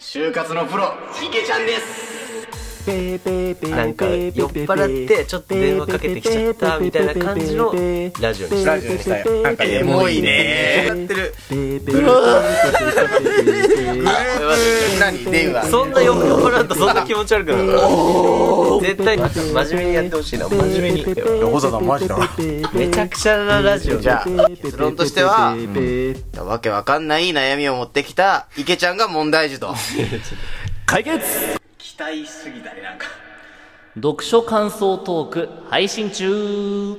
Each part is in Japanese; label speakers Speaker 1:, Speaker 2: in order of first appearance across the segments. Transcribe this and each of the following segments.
Speaker 1: 就活のプロ池ちゃんです
Speaker 2: なんか酔っ払ってちょっと電話かけてきちゃったみたいな感じのラジオにした
Speaker 3: ラジオにしたよなんか
Speaker 1: エモいね
Speaker 3: やってる
Speaker 1: 何電話
Speaker 2: そんな酔っ払うとそんな気持ち悪くなる絶対真面目にやってほしいな真面目に
Speaker 3: 横澤さんマジだ
Speaker 2: めちゃくちゃなラジオ
Speaker 1: じゃあ結論としては、わけわかんない悩みを持ってきた池ちゃんが問題児 と
Speaker 4: 解決
Speaker 1: 期待しすぎだねなんか
Speaker 4: 読書感想トーク配信中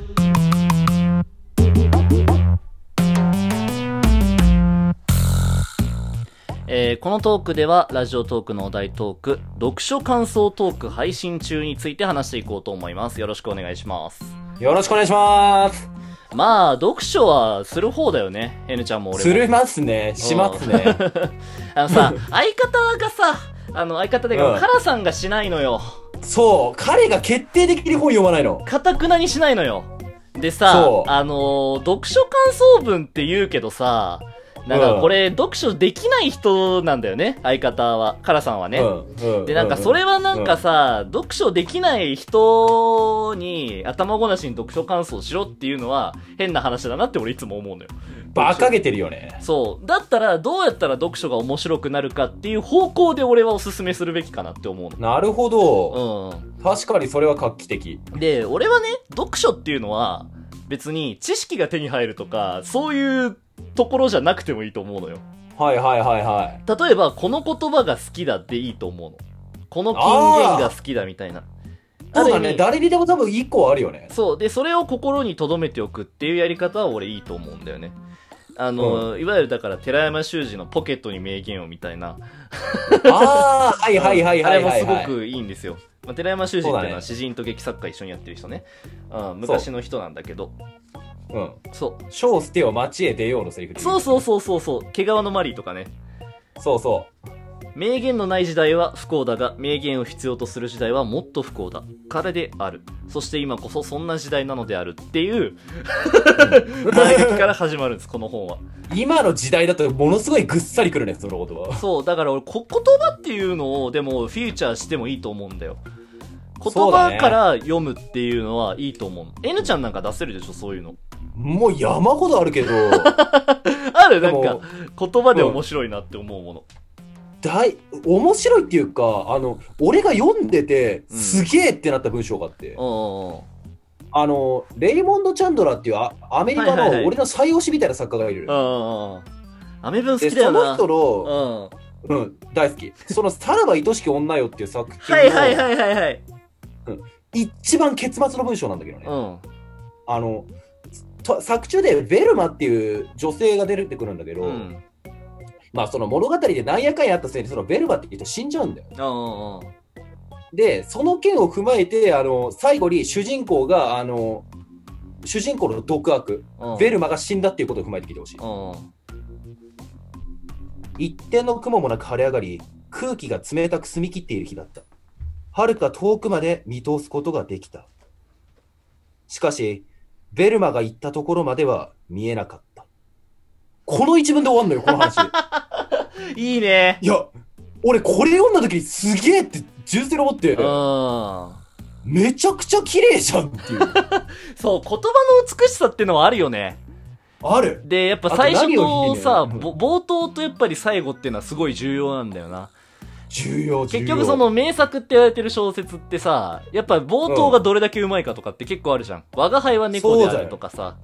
Speaker 4: えーこのトークでは、ラジオトークのお題トーク、読書感想トーク配信中について話していこうと思います。よろしくお願いします。
Speaker 5: よろしくお願いします。
Speaker 4: まあ、読書はする方だよね。N ちゃんも俺も。
Speaker 5: するますね。しますね。
Speaker 4: あのさ、相方がさ、あの、相方で、
Speaker 5: うん
Speaker 4: カラさんがしないのよ。
Speaker 5: そう。彼が決定的に本読まないの。
Speaker 4: かたくなにしないのよ。でさ
Speaker 5: そ、う
Speaker 4: あのー読書感想文って言うけどさ、なん
Speaker 5: う
Speaker 4: か
Speaker 5: ん
Speaker 4: これ、読書できない人なんだよね、相方は。カラさんはね。
Speaker 5: うん。うん。
Speaker 4: で、なんか、それはなんかさ、読書できない人に、頭ごなしに読書感想しろっていうのは、変な話だなって俺いつも思うのよ。
Speaker 5: うん、馬鹿げてるよね。
Speaker 4: そう。だったら、どうやったら読書が面白くなるかっていう方向で俺はおすすめするべきかなって思う
Speaker 5: なるほど。
Speaker 4: の。うん。
Speaker 5: 確かにそれは画期的。
Speaker 4: で、俺はね、読書っていうのは、別に知識が手に入るとか、そういうところじゃなくてもいいと思うのよ。
Speaker 5: はいはいはいはい。
Speaker 4: 例えば、この言葉が好きだっていいと思うの。この金言が好きだみたいな。
Speaker 5: そうだ
Speaker 4: ある意
Speaker 5: ね。
Speaker 4: 味
Speaker 5: 誰にでも多分一個はあるよ ね。
Speaker 4: そう。で、それを心に留めておくっていうやり方は俺いいと思うんだよね。あの、いわゆるだから、寺山修司のポケットに名言をみたいな。
Speaker 5: ああ、はいはいはいはいはい、はい。
Speaker 4: あれもすごくいいんですよ。まあ、寺山修司って
Speaker 5: そ
Speaker 4: いう
Speaker 5: う
Speaker 4: の
Speaker 5: だ
Speaker 4: は
Speaker 5: ね
Speaker 4: 詩人と劇作家一緒にやってる人ね。うん、昔の人なんだけど。
Speaker 5: うん。
Speaker 4: そう。
Speaker 5: 小捨てよ町へ出ようのセリフでいい
Speaker 4: そうそうそうそうそう。毛皮のマリーとかね。
Speaker 5: そうそ
Speaker 4: 名言のない時代は不幸だが、名言を必要とする時代はもっと不幸だ。彼である。そして今こそそんな時代なのであるっ ていう、前書きから始まるんです、この本は。
Speaker 5: う。今の時代だとものすごいぐっさりくるね、その言葉は。
Speaker 4: そう、だから俺、こ言葉っていうのを、でも、フィーチャーしてもいいと思うんだよ。言
Speaker 5: そうだ
Speaker 4: 葉
Speaker 5: ね
Speaker 4: から読むっていうのはいいと思う。N ちゃんなんか出せるでしょ、そういうの。
Speaker 5: もう山ほどある けど、
Speaker 4: ある
Speaker 5: で
Speaker 4: なん
Speaker 5: も
Speaker 4: か、言葉で面白いなって思うもの。
Speaker 5: 大、面白いっていうか、あの、俺が読んでて、
Speaker 4: うん
Speaker 5: すげえってなった文章があって、
Speaker 4: うんうんうん。
Speaker 5: あの、レイモンド・チャンドラーっていうあアメリカ
Speaker 4: はい
Speaker 5: の
Speaker 4: はいはい
Speaker 5: 俺の最推しみたいな作家がいる。
Speaker 4: うんうんうん。アメ文好
Speaker 5: で、
Speaker 4: きだ
Speaker 5: そ
Speaker 4: よ
Speaker 5: の
Speaker 4: な。
Speaker 5: 人の、
Speaker 4: うん。
Speaker 5: うん、大好き。その、さらば愛しき女よっていう作品
Speaker 4: はいはい
Speaker 5: の、
Speaker 4: はいはいはい。
Speaker 5: 一番結末の文章なんだけどね。
Speaker 4: うん。
Speaker 5: あの、と作中でベルマっていう女性が出てくるんだけど、
Speaker 4: うん。うん
Speaker 5: まあその物語でなんやかんやあったせいで、そのベルマっていう人死んじゃうんだよ。
Speaker 4: うんうん。
Speaker 5: で、その件を踏まえて、あの、最後に主人公が、あの、主人公の毒悪、
Speaker 4: うん
Speaker 5: ベルマが死んだっていうことを踏まえてきてほしい。
Speaker 4: うん。
Speaker 5: 一点の雲もなく晴れ上がり、空気が冷たく澄み切っている日だった。遥か遠くまで見通すことができた。しかし、ベルマが行ったところまでは見えなかった。この一文で終わんのよ、この 話。
Speaker 4: いいね。
Speaker 5: いや、俺これ読んだ時にすげえって純粋に思っ
Speaker 4: う
Speaker 5: て
Speaker 4: ん。、そう、
Speaker 5: めちゃくちゃ綺麗じゃんって いう。
Speaker 4: 言葉の美しさってのはあるよね。
Speaker 5: ある。
Speaker 4: で、やっぱ最初
Speaker 5: あと何よ
Speaker 4: と
Speaker 5: りね
Speaker 4: さ、
Speaker 5: うん
Speaker 4: ぼ冒頭とやっぱり最後っていうのはすごい重要なんだよな。
Speaker 5: 重要、重要。
Speaker 4: 結局そ、の名作って言われてる小説ってさ、やっぱ冒頭がどれだけうまいかとかって結構あるじゃん。我が輩は猫であるとかさ、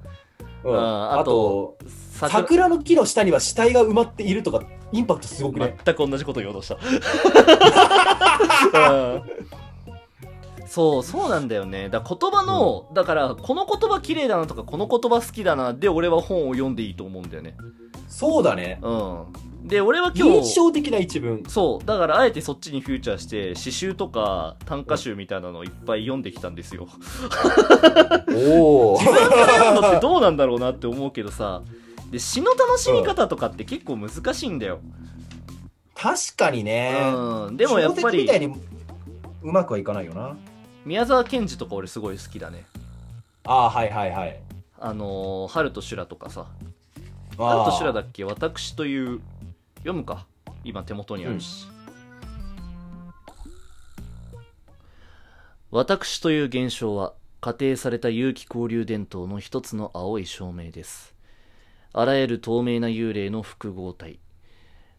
Speaker 5: うん、
Speaker 4: あ
Speaker 5: あと、
Speaker 4: 桜
Speaker 5: 桜の木の下には死体が埋まっているとか、インパクトすごくね。
Speaker 4: 全く同じこと言おう とした。うんそう、そうなんだよね。だから言葉の、だから、この言葉綺麗だなとか、この言葉好きだな、で、俺は本を読んでいいと思うんだよね。
Speaker 5: そうだね。
Speaker 4: うん。で、俺は今日、
Speaker 5: 印象的な一文。
Speaker 4: そう。だから、あえてそっちにフューチャーして、詩集とか短歌集みたいなのをいっぱい読んできた んですよ。
Speaker 5: おお。
Speaker 4: 読むのってどうなんだろうなって思うけどさ。で、詩の楽しみ方とかって結構難しいんだよ。
Speaker 5: 確かにね。
Speaker 4: うん。でもやっぱ
Speaker 5: 小説み
Speaker 4: り
Speaker 5: た、いにうまくはいかないよな。
Speaker 4: 宮沢賢治とか俺すごい好きだね。
Speaker 5: ああ、はいはいはい。
Speaker 4: あのー、春と修羅とかさ。
Speaker 5: あ
Speaker 4: 春
Speaker 5: あ
Speaker 4: と修羅だっけ私という、読むか。今手元にあるし。私という現象は、仮定された有機交流伝統の一つの青い証明です。あらゆる透明な幽霊の複合体。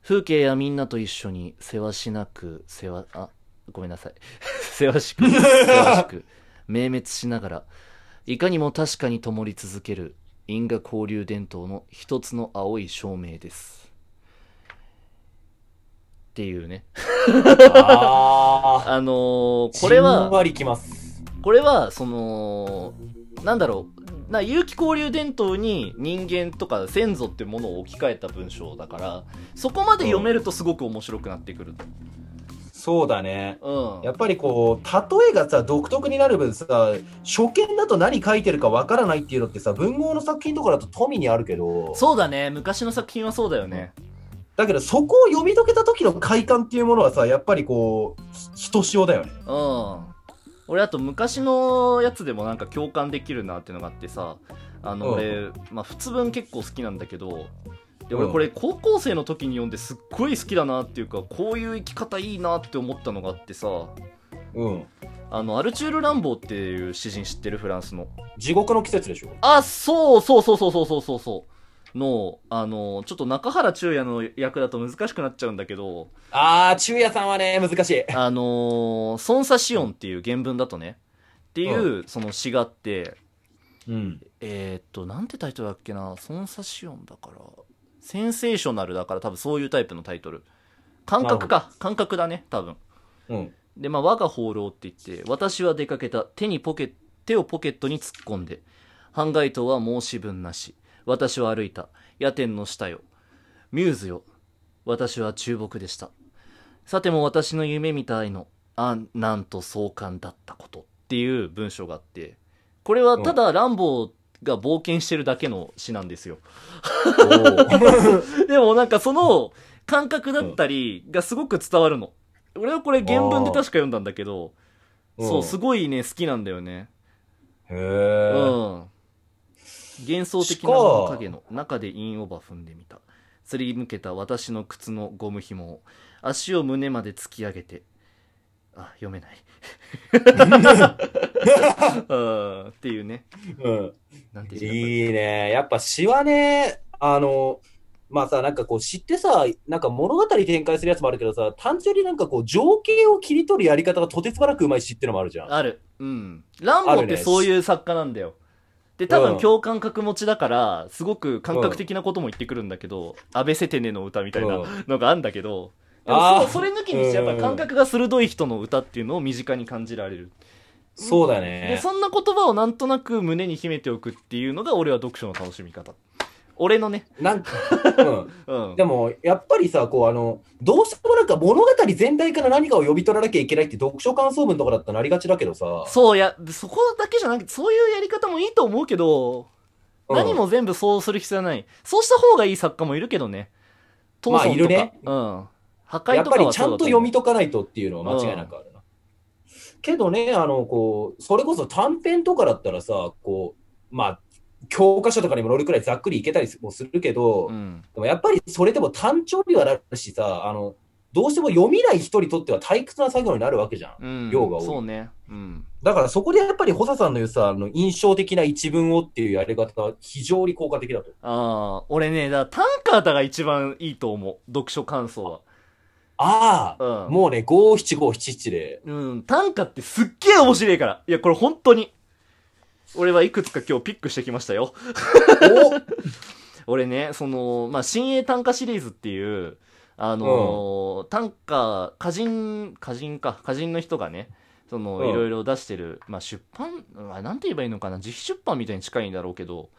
Speaker 4: 風景やみんなと一緒に、せわしなく、せわ、あ、ごめんなさい。 せわしく、せわしく、明滅しながら、いかにも確かに灯り続ける因果交流伝統の一つの青い証明です。っていうね。
Speaker 5: あ
Speaker 4: あの
Speaker 5: ー
Speaker 4: ーこれ
Speaker 5: じん
Speaker 4: は、
Speaker 5: わりきます。
Speaker 4: これは、その、なんだろう、な、有機交流伝統に人間とか先祖ってものを置き換えた文章だから、そこまで読めるとすごく面白くなってくる。
Speaker 5: そうだね。
Speaker 4: うん。
Speaker 5: やっぱりこう、例えがさ、独特になる分さ、初見だと何書いてるかわからないっていうのってさ、文豪の作品とかだと富にあるけど、
Speaker 4: そうだね、昔の作品はそうだよね。
Speaker 5: だけどそこを読み解けた時の快感っていうものはさ、やっぱりこう、ひひとしおだよね。
Speaker 4: うん。俺、あと昔のやつでもなんか共感できるなっていうのがあってさ、あ
Speaker 5: う
Speaker 4: の、
Speaker 5: ん
Speaker 4: 俺、まあ、普通文結構好きなんだけど、で、俺
Speaker 5: うん
Speaker 4: これ高校生の時に読んですっごい好きだなっていうか、こういう生き方いいなって思ったのがあってさ、
Speaker 5: うん。
Speaker 4: あの、アルチュール・ランボーっていう詩人知ってるフランスの。
Speaker 5: 地獄の季節でしょ。
Speaker 4: あ、そうそうそうそうそうそうそうそう。の、あの、ちょっと中原中也の役だと難しくなっちゃうんだけど、
Speaker 5: あー、昼夜さんはね、難しい。
Speaker 4: あのー、孫差シオンっていう原文だとね、っていう、その詩があって、
Speaker 5: うん。
Speaker 4: えーっと、なんてタイトルだっけな、孫差シオンだから、センセーショナルだから多分そういうタイプのタイトル。感覚か、感覚だね、多分。
Speaker 5: うん。
Speaker 4: で、まあ、我が放浪って言って、私は出かけた、手にポケ、手をポケットに突っ込んで、半街灯は申し分なし、私は歩いた、夜店の下よ、ミューズよ、私は注目でした。さても私の夢みたいの、あ、なんと壮観だったことっていう文章があって、これはただランボーが冒険してるだけの詩なんですよ。 でもなんかその感覚だったりがすごく伝わるの。俺はこれ原文で確か読んだんだけど、そう、す
Speaker 5: ご
Speaker 4: ごいね、好きなんだよね。
Speaker 5: へ
Speaker 4: う
Speaker 5: ー。
Speaker 4: ん。幻想的な物影の中で陰オバ踏んでみた。すりむけた私の靴のゴム紐を、足を胸まで突き上げて、あ、読 めない。うんっていうね。
Speaker 5: うん。
Speaker 4: なんていう
Speaker 5: いいね。やっぱ詩はね、あの、まあさ、なんかこう詩ってさ、なんか物語展開するやつもあるけどさ、単純になんかこう情景を切り取るやり方がとてつもなくうまい詩ってのもあるじゃん。
Speaker 4: ある。うん。ランボーってそういう作家なんだよ。で、多
Speaker 5: う
Speaker 4: 分
Speaker 5: ん
Speaker 4: 共感覚持ちだから、すごく感覚的なことも言ってくるんだけど、安倍セテネの歌みたいな
Speaker 5: うん
Speaker 4: のがあるんだけど、でも
Speaker 5: あー
Speaker 4: そうそれ抜きにしてやっぱ感覚が鋭い人の歌っていうのを身近に感じられる。
Speaker 5: そうだ
Speaker 4: で、
Speaker 5: ね。
Speaker 4: そんな言葉をなんとなく胸に秘めておくっていうのが俺は読書の楽しみ方。俺のね。
Speaker 5: なんか、うん。
Speaker 4: うん。
Speaker 5: でも、やっぱりさ、こう、あの、どうしてもなんか物語全体から何かを読み取らなきゃいけないって読書感想文とかだったらなりがちだけどさ、
Speaker 4: そうや、そこだけじゃなくて、そういうやり方もいいと思うけど、
Speaker 5: うん
Speaker 4: 何も全部そうする必要はない。そうした方がいい作家もいるけどね。トーソンとか。
Speaker 5: まあいるね
Speaker 4: うん。破
Speaker 5: や
Speaker 4: 壊
Speaker 5: っ
Speaker 4: と
Speaker 5: ぱ
Speaker 4: か
Speaker 5: り
Speaker 4: は
Speaker 5: ちゃ
Speaker 4: そ
Speaker 5: ん
Speaker 4: うだと
Speaker 5: と
Speaker 4: 思
Speaker 5: 読
Speaker 4: う
Speaker 5: み解かないとっていうのは間違いなくあるな。けどね、あの、こう、それこそ短編とかだったらさ、こう、まあ、教科書とかにも載るくらいざっくりいけたりもするけど、
Speaker 4: うん。
Speaker 5: でもやっぱりそれでも単調にはなるしさ、あの、どうしても読みない人にとっては退屈な作業になるわけじゃん。
Speaker 4: うん。
Speaker 5: 量が多い
Speaker 4: そうね。うん。
Speaker 5: だからそこでやっぱり保佐さんの言うさ、あの、印象的な一文をっていうやり方は非常に効果的だと。
Speaker 4: ああ、俺ね、だから短歌が一番いいと思う。読書感想
Speaker 5: ああ、
Speaker 4: は。うん。
Speaker 5: もうね、五七五七七で。
Speaker 4: うん、短歌ってすっげえ面白いから。いや、これ本当に。俺はいくつか今日ピックしてきましたよ。俺ね、その、まあ、新英短歌シリーズっていう、あのー短歌、歌人、歌人か、歌人の人がね、その、
Speaker 5: うん
Speaker 4: いろいろ出してる、まあ、出版、あなんて言えばいいのかな、自費出版みたいに近いんだろうけど、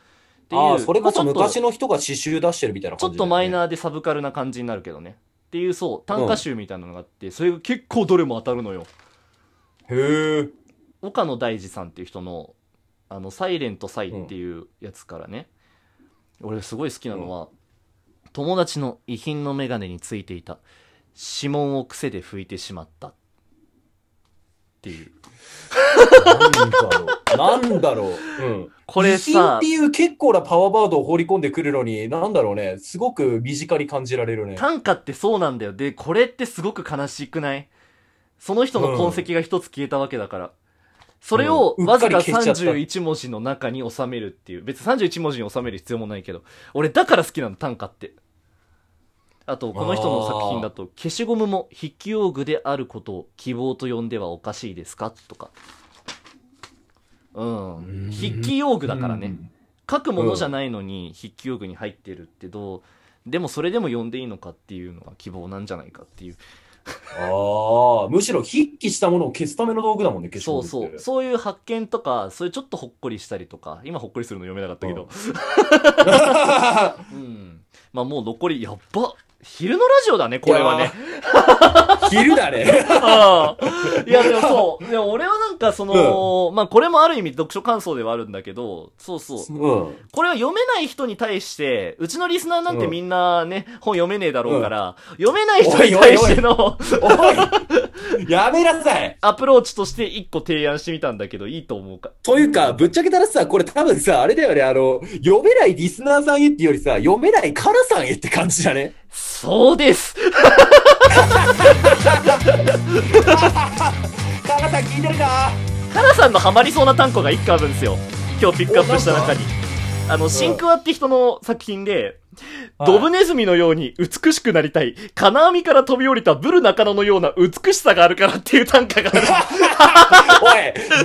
Speaker 4: っていう
Speaker 5: ああ、それこそ
Speaker 4: まあちょっと
Speaker 5: 昔の人が詩集出してるみたいな
Speaker 4: ちょ
Speaker 5: 感
Speaker 4: っ
Speaker 5: じ
Speaker 4: と
Speaker 5: だよ
Speaker 4: マ
Speaker 5: ね
Speaker 4: イナーでサブカルな感じになるけどね。っていう、そう、短歌集みたいなのがあって、それが結構どれも当たるのよ。
Speaker 5: へえ。
Speaker 4: 岡野大二さんっていう人の「あのサイレントサイっていうやつからね、俺すごい好きなのは、友達の遺品の眼鏡についていた指紋を癖で拭いてしまったっていう
Speaker 5: なんだろう。なんだろう。うん。
Speaker 4: これさ
Speaker 5: 遺品っていう結構なパワーワードを放り込んでくるのに、なんだろうね。すごく身近に感じられるね。
Speaker 4: 短歌ってそうなんだよでこれってすごく悲しくないその人の痕跡が一つ消えたわけだから、それを
Speaker 5: うん
Speaker 4: わずか
Speaker 5: うっかり消しちゃった
Speaker 4: 31文字の中に収めるっていう。別に31文字に収める必要もないけど。俺だから好きなの、短歌って。あと、この人の作品だと、消しゴムも筆記用具であることを希望と呼んではおかしいですかとか。うん。筆記用具だからね。書くものじゃないのに筆記用具に入ってるってどう、でもそれでも読んでいいのかっていうのが希望なんじゃないかっていう。
Speaker 5: ああ、むしろ筆記したものを消すための道具だもんね、消しゴ
Speaker 4: そ
Speaker 5: ム
Speaker 4: う
Speaker 5: って
Speaker 4: そう。そういう発見とか、そういうちょっとほっこりしたりとか、今ほっこりするの読めなかったけど。うん。まあもう残り、やっば昼のラジオだね、これはね。
Speaker 5: 昼だね。
Speaker 4: ああいや、でもそう。でも俺はなんかその、まあこれもある意味読書感想ではあるんだけど、そうそう。
Speaker 5: うん。
Speaker 4: これは読めない人に対して、うちのリスナーなんてみんなね、本読めねえだろうから、読めない人に対して
Speaker 5: お
Speaker 4: の
Speaker 5: いやめなさい
Speaker 4: アプローチとして一個提案してみたんだけど、いいと思うか。
Speaker 5: というか、ぶっちゃけたらさ、これ多分さ、あれだよね、あの、読めないリスナーさんへっていうよりさ、読めないカラさんへって感じだね。
Speaker 4: そうです
Speaker 5: カラさん聞いてるか
Speaker 4: カナさんのハマりそうな単語が1個あるんですよ。今日ピックアップした中に。あの、シンクワって人の作品で、
Speaker 5: はい
Speaker 4: ドブネズミのように美しくなりたい、金網から飛び降りたブル中野のような美しさがあるからっていう単価がある。
Speaker 5: お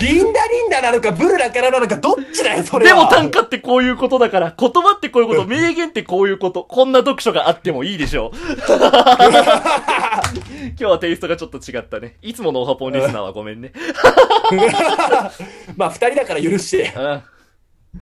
Speaker 5: い、リンダリンダなのかブルラからなのかどっちだよ、それ
Speaker 4: で
Speaker 5: は。
Speaker 4: も 短歌ってこういうことだから、言葉ってこういうこと、名言ってこういうこと、こんな読書があってもいいでし ょう。今日はテイストがちょっと違ったね。いつものオハポンリスナーはごめんね。
Speaker 5: まあ、二人だから許して。
Speaker 4: うん